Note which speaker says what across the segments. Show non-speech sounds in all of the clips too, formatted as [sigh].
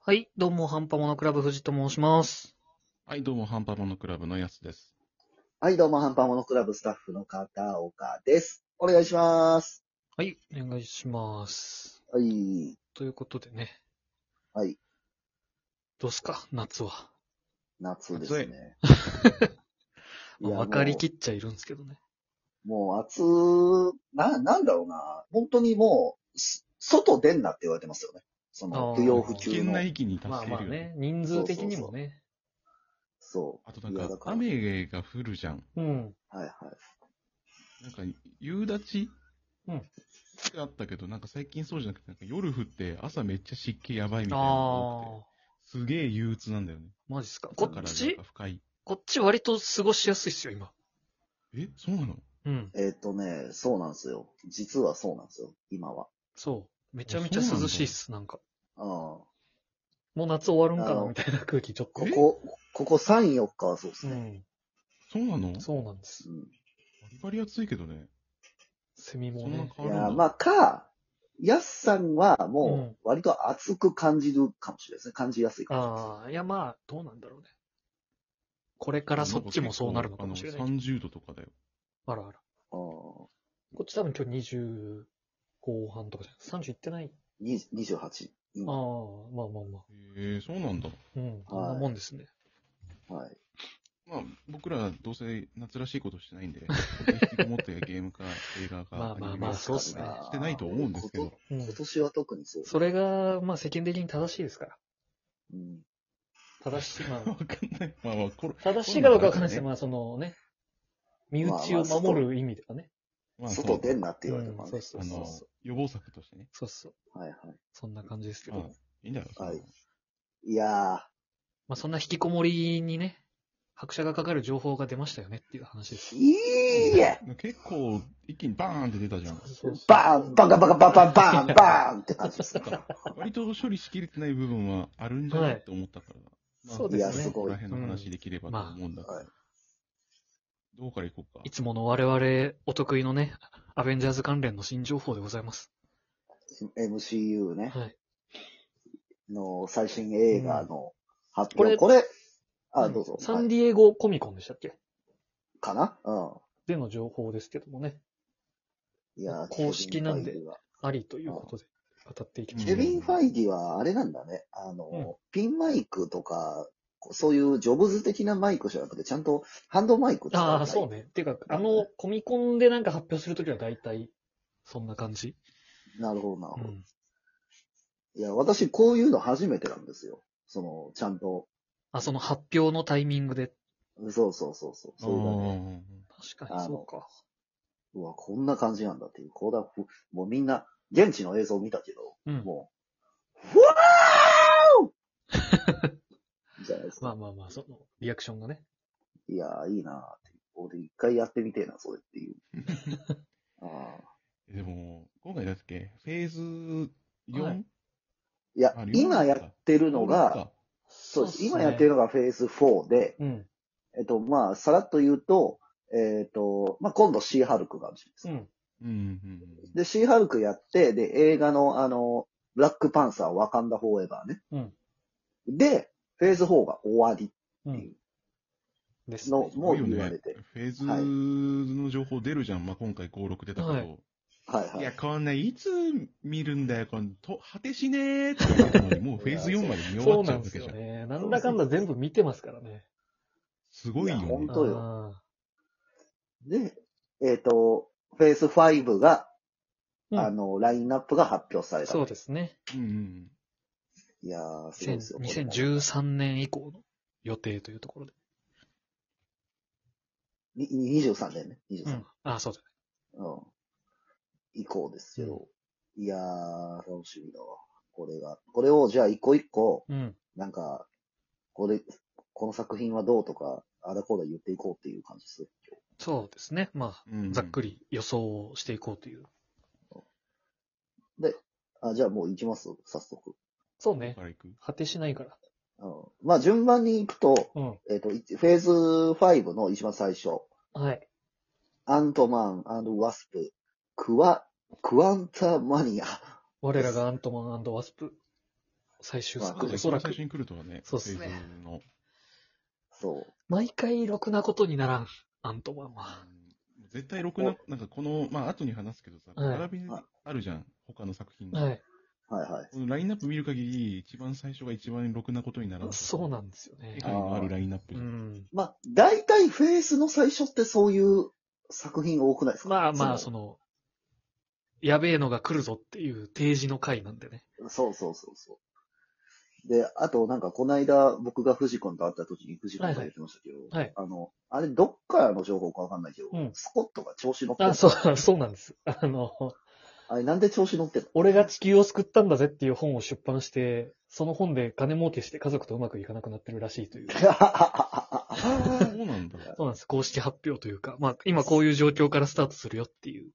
Speaker 1: はい、どうも、ハンパモノクラブ藤と申します。
Speaker 2: はい、どうも、ハンパモノクラブのやつです。
Speaker 3: はい、どうも、ハンパモノクラブスタッフの片岡です。お願いします。
Speaker 1: はい、お願いします。
Speaker 3: はい。
Speaker 1: ということでね。
Speaker 3: はい。
Speaker 1: どうすか、夏は。
Speaker 3: 夏ですね。
Speaker 1: まあ
Speaker 3: [laughs] いや
Speaker 1: 分かりきっちゃいるんですけどね。
Speaker 3: もう暑、な、なんだろうな。本当にもう、す外出んなって言われてますよね。そ
Speaker 1: あー
Speaker 3: の、不要不
Speaker 2: 危険
Speaker 3: 急
Speaker 2: な
Speaker 3: の。
Speaker 2: 域に達
Speaker 1: ま
Speaker 2: し
Speaker 1: あ
Speaker 2: ている
Speaker 1: ま
Speaker 2: よ
Speaker 1: あね、
Speaker 2: ね。
Speaker 1: 人数的にもね。
Speaker 3: そ
Speaker 2: あと
Speaker 3: い
Speaker 2: な
Speaker 3: や
Speaker 2: ん
Speaker 3: だ
Speaker 2: か、
Speaker 3: から
Speaker 2: 雨が降るじゃん。
Speaker 1: うん。
Speaker 3: う。はいはい。
Speaker 2: なんか、夕立
Speaker 1: うん
Speaker 2: ってあったけど、なんか最近そうじゃなくて、なんか夜降って朝めっちゃ湿気やばいみたいなのが多く
Speaker 1: ああ、
Speaker 2: て。すげえ憂鬱なんだよね。
Speaker 1: マジっすか。
Speaker 2: だ
Speaker 1: こ
Speaker 2: から
Speaker 1: っ
Speaker 2: なん
Speaker 1: ち
Speaker 2: か深い。
Speaker 1: こっち割と過ごしやすいっすよ、今。
Speaker 2: え、そうなの
Speaker 1: うん。
Speaker 3: えっ、とね、そうなんですよ。実はそうなんですよ。今は。
Speaker 1: そう。めちゃめちゃ涼しいっす、なんか。
Speaker 3: うん。こ
Speaker 1: もう夏終わるんかな、
Speaker 3: あの
Speaker 1: みたいな空気ちょっと。
Speaker 3: こ、ここ3、4日はそうです
Speaker 1: う
Speaker 3: ね。
Speaker 1: ん。
Speaker 2: そうなの
Speaker 1: そうなんです。
Speaker 3: うん
Speaker 2: バリバリ暑いけどね。
Speaker 1: セミ
Speaker 2: そ
Speaker 1: も
Speaker 2: んな
Speaker 1: ね。
Speaker 2: 変
Speaker 3: い
Speaker 2: わる
Speaker 3: や、
Speaker 2: の
Speaker 3: まあ、か、やすさんは
Speaker 1: うん
Speaker 3: もう、割と熱く感じるかもしれないですね。感じやすいかもしれないです。
Speaker 1: ああ、いやまあ、どうなんだろうね。これからそっちもそうなるのかもしれない。
Speaker 2: あの30度とかだよ。
Speaker 1: あらあら。
Speaker 3: あー
Speaker 1: こっち多分今日20後半とかじゃない ?30 いってない
Speaker 3: に28。
Speaker 1: ああ
Speaker 3: 今。、
Speaker 1: まあまあまあ。
Speaker 2: へえ、そうなんだ。
Speaker 1: うん、こんなもんですね。
Speaker 3: はい。
Speaker 2: まあ、僕らどうせ夏らしいことしてないんで、引きこもってゲームか映画か、
Speaker 1: まあまあまあ
Speaker 2: アニメか
Speaker 1: そうっすね
Speaker 2: してないと思うんですけど、
Speaker 1: うん
Speaker 3: 今。年は特にそう。
Speaker 1: それが、まあ世間的に正しいですから。
Speaker 3: うん。
Speaker 1: 正しい、ま
Speaker 2: わ [laughs]
Speaker 1: あ、
Speaker 2: かんない。まあまあ、これ、
Speaker 1: 正しいかどうかわかんないですけど、
Speaker 2: ま
Speaker 1: まあそのね、身内を守る意味とかね。
Speaker 2: あまあ
Speaker 3: 外出ん
Speaker 2: な。
Speaker 3: なって言われてますね。
Speaker 1: そ
Speaker 2: あ
Speaker 1: う
Speaker 2: の
Speaker 1: そう、
Speaker 2: 予防策としてね。
Speaker 1: そうそう。
Speaker 3: はいは
Speaker 1: そんな感じですけど。
Speaker 2: まあいいんだよ。その
Speaker 3: はいい。いや
Speaker 1: まあそんな引きこもりにね、拍車がかかる情報が出ましたよねっていう話です。
Speaker 3: ー、いいえ
Speaker 2: 結構、一気にバーンって出たじゃん。
Speaker 3: バーンバカバカバカバーンバーンって感じですね。
Speaker 2: 割と処理しきれてない部分はあるんじゃないって思ったから。まあ
Speaker 1: そうですね
Speaker 3: いやす
Speaker 2: こ
Speaker 3: ご
Speaker 2: こ
Speaker 3: い
Speaker 2: ら辺の話できればと思うんだけど
Speaker 3: うんまあはい。
Speaker 2: どこから行こうか
Speaker 1: い。つもの我々お得意のね、アベンジャーズ関連の新情報でございます。
Speaker 3: MCU ね、
Speaker 1: はい。
Speaker 3: の最新映画の発
Speaker 1: こ
Speaker 3: 表。
Speaker 1: れ
Speaker 3: これ、あ、どうぞ。
Speaker 1: サン
Speaker 3: はい
Speaker 1: ディエゴコミコンでしたっけ
Speaker 3: かなう
Speaker 1: での情報ですけどもね、
Speaker 3: ん。いやー
Speaker 1: 公式なんで
Speaker 3: ケビンファイ
Speaker 1: ありということで語っていきましょ
Speaker 3: ディはケ
Speaker 1: う。
Speaker 3: ビン・ファイディはあれなんだね。あの、
Speaker 1: うん
Speaker 3: ピンマイクとか、こうそういうジョブズ的なマイクじゃなくて、ちゃんとハンドマイク使
Speaker 1: あ
Speaker 3: った
Speaker 1: あ、そうね。っていうか、あの、コミコンでなんか発表するときは大体、そんな感じ。
Speaker 3: なるほど、なる
Speaker 1: う
Speaker 3: ほど。
Speaker 1: ん。
Speaker 3: いや、私、こういうの初めてなんですよ。その、ちゃんと。
Speaker 1: あ、その発表のタイミングで。
Speaker 3: そうそうそうそう。
Speaker 2: あ
Speaker 3: そういうのね。
Speaker 2: ー
Speaker 1: 確かに、
Speaker 3: あの
Speaker 1: そうか。
Speaker 3: うわ、こんな感じなんだっていう。こうだ、ふもうみんな、現地の映像を見たけど、
Speaker 1: うん。
Speaker 3: もう、ふわー [laughs] じゃないです
Speaker 1: まあ
Speaker 3: か。
Speaker 1: まあまあ、その、リアクションがね。
Speaker 3: いやー、いいなーって。俺、一回やってみてえな、それっ
Speaker 1: [laughs]
Speaker 3: ていう。ああ。
Speaker 2: でも、今回だっけフェーズ 4?、
Speaker 1: はい
Speaker 3: いや
Speaker 2: あ、両方
Speaker 3: 今
Speaker 2: か
Speaker 3: やってるのが、、そうです。今やってるのがフェーズ4で、
Speaker 1: うん。
Speaker 3: えっと、まあ、さらっと言うと、えっと、まあ、今度シーハルクがあるじゃないですか
Speaker 1: う。ん。
Speaker 2: うんうん
Speaker 3: で、シーハルクやって、で、映画のあの、ブラックパンサー、ワカンダフォーエバーね。
Speaker 1: うん
Speaker 3: で、フェーズ4が終わり
Speaker 1: うん。です。
Speaker 2: うん。
Speaker 3: の、もう
Speaker 2: すごいよね
Speaker 3: 言われて。
Speaker 2: フェーズの情報出るじゃん。まあ、今回5、6出たけど。、
Speaker 1: はい
Speaker 3: はいはい。
Speaker 2: や、こんないつ見るんだよ、この、と、果てしねえって思ったの
Speaker 1: [laughs]
Speaker 2: に、もうフェーズ4まで見終
Speaker 1: そ
Speaker 2: わ
Speaker 1: う
Speaker 2: っち
Speaker 1: な
Speaker 2: ゃうんわ
Speaker 1: で
Speaker 2: け
Speaker 1: す
Speaker 2: じゃ
Speaker 1: よ
Speaker 2: ん。
Speaker 1: ね。なんだかんだ全部見てますからね。
Speaker 2: すごいよ
Speaker 3: いやほ
Speaker 2: ね
Speaker 3: ん。そうよ
Speaker 1: あー
Speaker 3: で、えっ、と、フェーズ5が、
Speaker 1: うん
Speaker 3: あの、ラインナップが発表された。
Speaker 1: そうですね。
Speaker 2: うんうん。
Speaker 3: いやー、すごいですよ。これも
Speaker 1: 2013年以降の予定というところで。
Speaker 3: に23年ね。23
Speaker 1: うん。あ、そうだね。
Speaker 3: うん。以降ですけど。いやー、楽しみだわ。これが。これを、じゃあ、一個一個、
Speaker 1: うん。
Speaker 3: なんか、これ、この作品はどうとか、あだこうだ言っていこうっていう感じでする。
Speaker 1: そうですね。まあ、
Speaker 2: うんうん、
Speaker 1: ざっく
Speaker 2: り。
Speaker 1: り予想をしていこうという。
Speaker 3: あ、じゃあもう行きます早速。
Speaker 1: そう
Speaker 2: こ
Speaker 1: ね
Speaker 2: こ。から行く
Speaker 1: 果てしないから。
Speaker 3: うん。まあ、順番に行くと、
Speaker 1: うん。
Speaker 3: えっ、と、いフェーズ5の一番最初。
Speaker 1: はい。
Speaker 3: アントマンワスプ。クワ、クワンタマニア。 [laughs]
Speaker 1: 我らがアントマンワスプ。最終
Speaker 3: まあ
Speaker 1: 作、
Speaker 3: そう
Speaker 1: お
Speaker 3: で
Speaker 1: そら
Speaker 2: 最
Speaker 1: く
Speaker 2: 初。に来るとはね、
Speaker 1: そうっす
Speaker 3: ね
Speaker 2: フェーズの、
Speaker 3: そう。
Speaker 1: 毎回ろくなことにならん、アントマンは。
Speaker 2: うん絶対ろくな、なんかこの、まあ後に話すけどさ、
Speaker 1: はい
Speaker 2: 並びにあるじゃん、他の作品の
Speaker 1: はい。
Speaker 3: はいはい。
Speaker 2: このラインナップ見る限り、一番最初が一番ろくなことにならな
Speaker 1: そうなんですよね
Speaker 2: 世。界のあるラインナップ
Speaker 1: う
Speaker 2: じゃん
Speaker 1: ん。
Speaker 3: まあ、大体フェースの最初ってそういう作品多くないですか
Speaker 1: まあまあ、
Speaker 3: そ
Speaker 1: そ
Speaker 3: の
Speaker 1: の、やべえのが来るぞっていう提示の回なんでね。
Speaker 3: そうそうそうそう。で、あとなんかこの間僕が藤子と会った時に藤子が言ってましたけど、
Speaker 1: はい
Speaker 3: あの、あれどっからの情報かわかんないけど、
Speaker 1: うん
Speaker 3: スコットが調子乗ってんの
Speaker 1: あ、そう、そうなんです。あの、
Speaker 3: あれなんで調子乗ってんの
Speaker 1: 俺
Speaker 3: [laughs]
Speaker 1: が地球を救ったんだぜっていう本を出版して、その本で金儲けして家族とうまくいかなくなってるらしいという。
Speaker 2: そうな
Speaker 1: [laughs]
Speaker 2: んだ。
Speaker 1: そうなんです。公式発表というか、まあ、今こういう状況からスタートするよっていう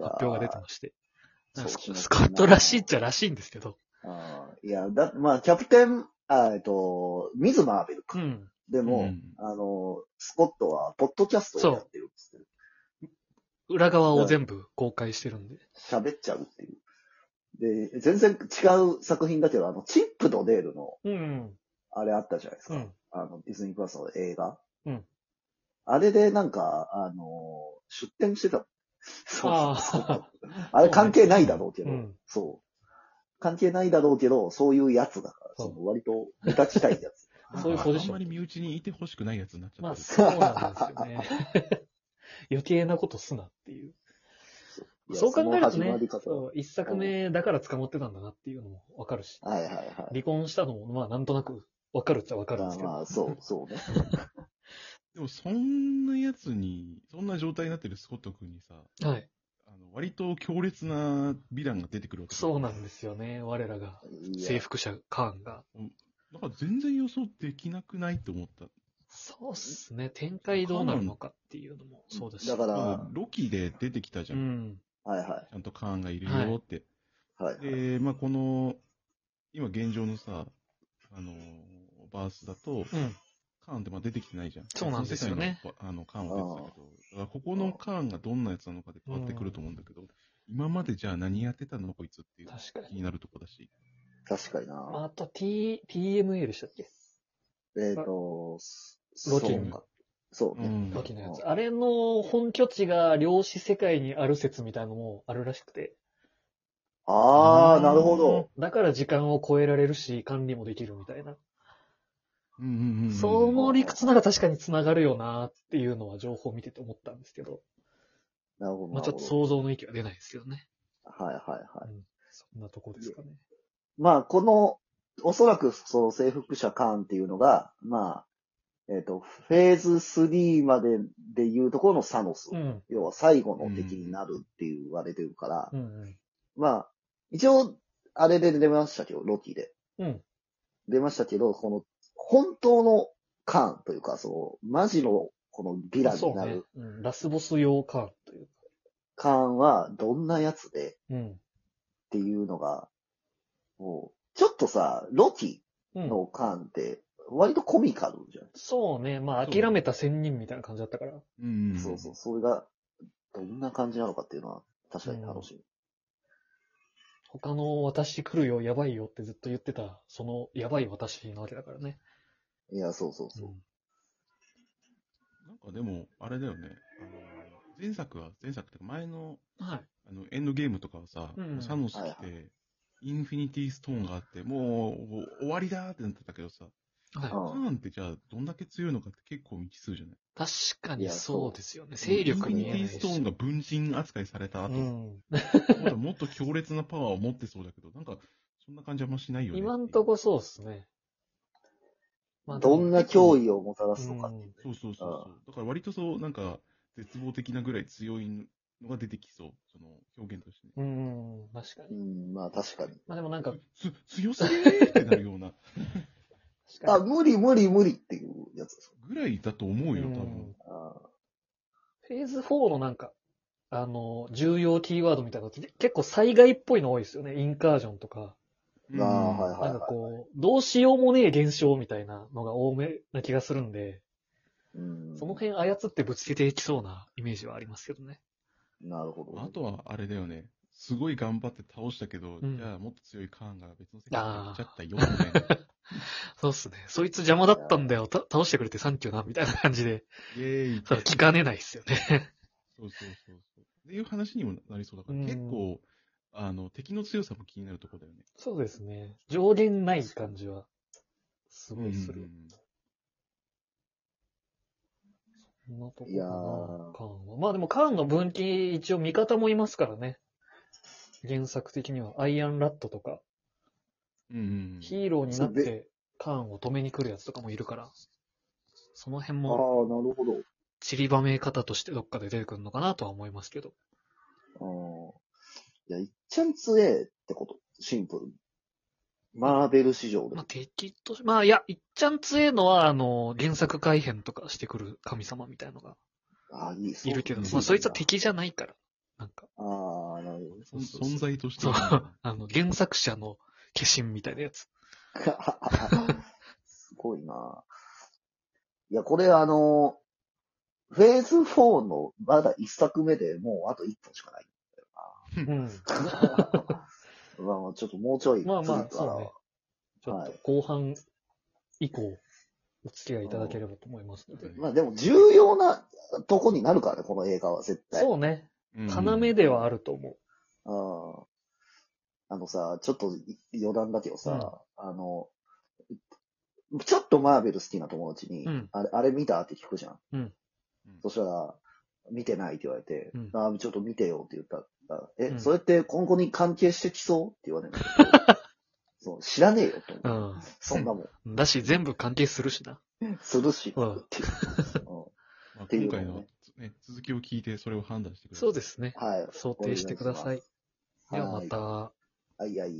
Speaker 1: 発表が出てまして。
Speaker 3: い
Speaker 1: な
Speaker 3: やー
Speaker 1: んかス
Speaker 3: そう
Speaker 1: コスコットらしいっちゃらしいんですけど。
Speaker 3: あーいや、だ、まあ、キャプテン、あえっと、ミズ・マーベル
Speaker 1: う
Speaker 3: か。
Speaker 1: ん。
Speaker 3: でも、
Speaker 2: うん
Speaker 3: あの、スコットは、ポッドキャストをやってるんですよ
Speaker 1: 裏側を全部公開してるんで。
Speaker 3: 喋っちゃうっていう。で、全然違う作品だけど、あの、チップとデールの、
Speaker 1: うん。
Speaker 3: あれあったじゃないです
Speaker 1: う
Speaker 3: か。
Speaker 1: ん。
Speaker 3: あの、ディズニープラスの映画。
Speaker 1: うん
Speaker 3: あれでなんか、あのー出展してた。 [laughs] そうそうそう
Speaker 1: あ
Speaker 3: [laughs] あれ関係ないだろうけど、
Speaker 1: うん
Speaker 3: そう。関係ないだろうけど、そういうやつだから、
Speaker 1: そう
Speaker 3: その割と目立ちたいやつ。
Speaker 1: [laughs] そういうポジション
Speaker 2: あんまり身内にいてほしくないやつになっちゃ
Speaker 1: ま
Speaker 2: っ
Speaker 1: あ、
Speaker 2: てる。
Speaker 1: そうなんですよね。 [laughs] 余計なことすなっていう。
Speaker 3: いや
Speaker 1: そう考えると
Speaker 3: その始
Speaker 1: ね
Speaker 3: まり、方
Speaker 1: そう一作目だから捕まってたんだなっていうのもわかるし、
Speaker 3: はいはいはい。
Speaker 1: 離婚したのもまあなんとなくわかるっちゃわかるん
Speaker 3: ま
Speaker 1: で
Speaker 3: あ
Speaker 1: すけど。
Speaker 3: まあ、そう、そうね。
Speaker 2: でも、そんなやつに、そんな状態になってるスコット君にさ、
Speaker 1: はい。
Speaker 2: あの割と強烈なヴィランが出てくるわけ
Speaker 1: そうなん
Speaker 2: だ。
Speaker 1: ですよね。我らが
Speaker 3: いや
Speaker 1: 征服者カーンが。
Speaker 2: なんか全然予想できなくないって思った。
Speaker 1: そうっすね。展開どうなるのかっていうのもそうだし。
Speaker 3: だか
Speaker 2: ま
Speaker 3: ら
Speaker 2: あ、ロキで出てきたじ
Speaker 1: う
Speaker 2: ゃん。
Speaker 1: ん。
Speaker 3: はいは
Speaker 2: ちゃんとカーンがいるよって。
Speaker 3: い。はいはい。
Speaker 2: で、まあ、この、今現状のさ、あの、バースだと、
Speaker 1: うん。
Speaker 2: カーンってまあ出てきてないじゃん。
Speaker 1: そうなんですよね
Speaker 2: 別の世界の。あの、カーンは出てたけど、だからここのカーンがどんなやつなのかで変わってくると思うんだけど、今までじゃあ何やってたのこいつっていう
Speaker 1: 確か
Speaker 2: 気
Speaker 1: に。
Speaker 2: になるとこだし。
Speaker 3: 確かに
Speaker 1: まあ
Speaker 3: な。
Speaker 1: あと T、TMA でしたっけ
Speaker 3: えっと、そ
Speaker 1: ロキ
Speaker 3: うか。そうね。
Speaker 2: ん
Speaker 1: ロキのやつ。
Speaker 3: うん
Speaker 1: あれの本拠地が量子世界にある説みたいのもあるらしくて。
Speaker 3: ああ、なるほど。
Speaker 1: だから時間を超えられるし、管理もできるみたいな。
Speaker 2: うんうんうん。
Speaker 1: その理屈なら確かに繋がるよなっていうのは情報を見てて思ったんですけど、
Speaker 3: なるほど。
Speaker 1: まあちょっと
Speaker 3: なるほ
Speaker 1: 想像の域は出ないですけどね。
Speaker 3: どはいはいはい。
Speaker 1: そんなとこですかね。
Speaker 3: まあ、この、おそらくその征服者カーンっていうのが、まあ、えっ、と、フェーズ3まででいうところのサノス。
Speaker 1: うん。
Speaker 3: 要は最後の敵になるって言われてるから、
Speaker 1: うん
Speaker 3: まあ、一応、あれで出ましたけど、ロキで。
Speaker 1: うん。うん。
Speaker 3: 出ましたけど、この、本当のカーンというか、その、マジの、このヴィラン
Speaker 1: そ
Speaker 3: に
Speaker 1: う
Speaker 3: な
Speaker 1: ね
Speaker 3: る。
Speaker 1: うんラスボス用カーンというか。
Speaker 3: カーンは、どんなやつで、
Speaker 1: うん。
Speaker 3: っていうのが、もう、ちょっとさ、ロキ
Speaker 1: うん。
Speaker 3: のカーンって、割とコミカルじゃん。
Speaker 1: そうね。まあ諦めた仙人みたいな感じだったから。
Speaker 2: うんん。
Speaker 3: そうそう、それが、どんな感じなのかっていうのは、確かに楽しみ。
Speaker 1: 他の私来るよ、やばいよってずっと言ってた、そのやばい私なわけだからね。
Speaker 3: いや、そうそうそう。
Speaker 2: なんかでも、あれだよね。あの前作は、前作っていうか前の、
Speaker 1: はい。
Speaker 2: あの、エンドゲームとかはさ、
Speaker 1: うん
Speaker 2: もうサノス来て、
Speaker 3: はいは
Speaker 2: インフィニティストーンがあって、もう、もう終わりだーってなってたけどさ、
Speaker 1: はい。
Speaker 2: カーンってじゃあ、どんだけ強いのかって結構未知数じゃない
Speaker 1: 確か
Speaker 3: い
Speaker 1: に
Speaker 3: や
Speaker 1: そ
Speaker 3: そう
Speaker 1: うですよね。勢力に
Speaker 2: イン
Speaker 1: 見えない
Speaker 2: フィニティストーン
Speaker 1: し。
Speaker 2: が分身扱いされた
Speaker 1: う
Speaker 2: 後、
Speaker 1: ん。
Speaker 2: まだもっと強烈なパワーを持ってそうだけど、なんか、そんな感じはあんましないよね。
Speaker 1: 今んとこそうっすね。
Speaker 3: どんな脅
Speaker 1: 威
Speaker 3: 威をもたらすのか。
Speaker 2: そうそうそうそう。だから割とそう、なんか、絶望的なぐらい強いのが出てきそう。その、表現としてね。
Speaker 1: うん、うん、確か
Speaker 3: う
Speaker 1: に。
Speaker 3: ん、まあ確かに。
Speaker 1: まあでもなんか、
Speaker 2: つ、強すぎーってなるような、
Speaker 1: 確
Speaker 3: あ、
Speaker 1: かに
Speaker 3: 無理無理無理っていうやつです
Speaker 2: ぐらいだと思うよ、多
Speaker 1: うん
Speaker 2: 分。
Speaker 3: あ
Speaker 1: フェーズ4のなんか、あの、重要キーワードみたいなのって結構災害っぽいの多いですよね。インカージョンとか。
Speaker 3: ーあー、はいはい
Speaker 1: な
Speaker 3: は
Speaker 1: ん
Speaker 3: い
Speaker 1: かこう、どうしようもねえ現象みたいなのが多めな気がするんで、。
Speaker 3: うん
Speaker 1: その辺操ってぶつけていきそうなイメージはありますけどね。
Speaker 3: なるほ
Speaker 2: あ
Speaker 3: ど。
Speaker 2: とは、あれだよね。すごい頑張って倒したけど、
Speaker 1: うん
Speaker 2: じゃあもっと強いカーンが別の世界に行っちゃったよ、みたいな。
Speaker 1: そうっすね。そいつ邪魔だったんだよ。た倒してくれてサンキューな、みたいな感じで。
Speaker 2: [laughs] イェーイ
Speaker 1: それ聞かねないっすよね。
Speaker 2: そうそうそうそう。っていう話にもなりそうだから、
Speaker 1: うん
Speaker 2: 結構、あの、敵の強さも気になるところだよね。
Speaker 1: そうですね。上限ない感じは、すごいす
Speaker 2: う
Speaker 1: る。
Speaker 2: ん
Speaker 1: そんなとこか
Speaker 3: いやー
Speaker 1: な、カーンは。まあでもカーンの分岐、一応味方もいますからね。原作的には、アイアンラットとか、
Speaker 2: うんうん。
Speaker 1: ヒーローになっ
Speaker 3: そう
Speaker 1: てカーンを止めに来るやつとかもいるから、その辺
Speaker 3: ああ、な
Speaker 1: も
Speaker 3: るほど。
Speaker 1: 散りばめ方としてどっかで出てくるのかなとは思いますけど。
Speaker 3: うん。いや、いっちゃん強えってこと。シンプルに。マーベル史上で
Speaker 1: まあ。敵としまあいや、いっちゃん強えのは、あの、原作改編とかしてくる神様みたいのが
Speaker 3: ああ、いいそう
Speaker 1: いるけど、
Speaker 2: そう
Speaker 1: まあそいつは。敵じゃないから、なんか。
Speaker 3: ああ、なる
Speaker 2: そ存在として
Speaker 1: そう、
Speaker 2: は
Speaker 1: あの、原作者の化身みたいなやつ。
Speaker 3: ほど。 [laughs] すごいな。いや、これあの、フェーズ4のまだ一作目でもうあと一本し
Speaker 1: [laughs]
Speaker 3: かない。
Speaker 1: うん。
Speaker 3: まあまあ、ちょっともうちょい。
Speaker 1: まあまあ
Speaker 3: 続、くから
Speaker 1: そうね。ちょっ
Speaker 3: は
Speaker 1: と
Speaker 3: い
Speaker 1: 後半以降、お付き合いいただければと思いますので。
Speaker 3: まあでも重要なとこになるからね、この映画は絶対。
Speaker 1: そうね。
Speaker 2: うん
Speaker 1: 要ではあると思う。
Speaker 3: ああのさ、ちょっと余談だけどさ、あの、ちょっとマーベル好きな友達に、
Speaker 1: うん
Speaker 3: あれあれ見たって聞くじゃん。
Speaker 2: うん
Speaker 3: そしたら、見てないって言われて、
Speaker 1: うん
Speaker 3: ああちょっと見てよって言ったら、え、
Speaker 1: うん
Speaker 3: それって今後に関係してきそうって言われるんだ
Speaker 1: [laughs]
Speaker 3: けどそう知らねえよと思う。
Speaker 1: う
Speaker 3: そんなもん。
Speaker 1: ん。だし、全部関係するしな。
Speaker 3: するし、
Speaker 1: うん
Speaker 3: って [laughs] いううん
Speaker 2: まあ
Speaker 3: ていう
Speaker 2: 今
Speaker 3: のね
Speaker 2: 回の、ね、続きを聞いて、それを判断してくれ
Speaker 1: そうですね。
Speaker 3: はい。
Speaker 1: 想定してください。ではまた。
Speaker 3: はい、はい。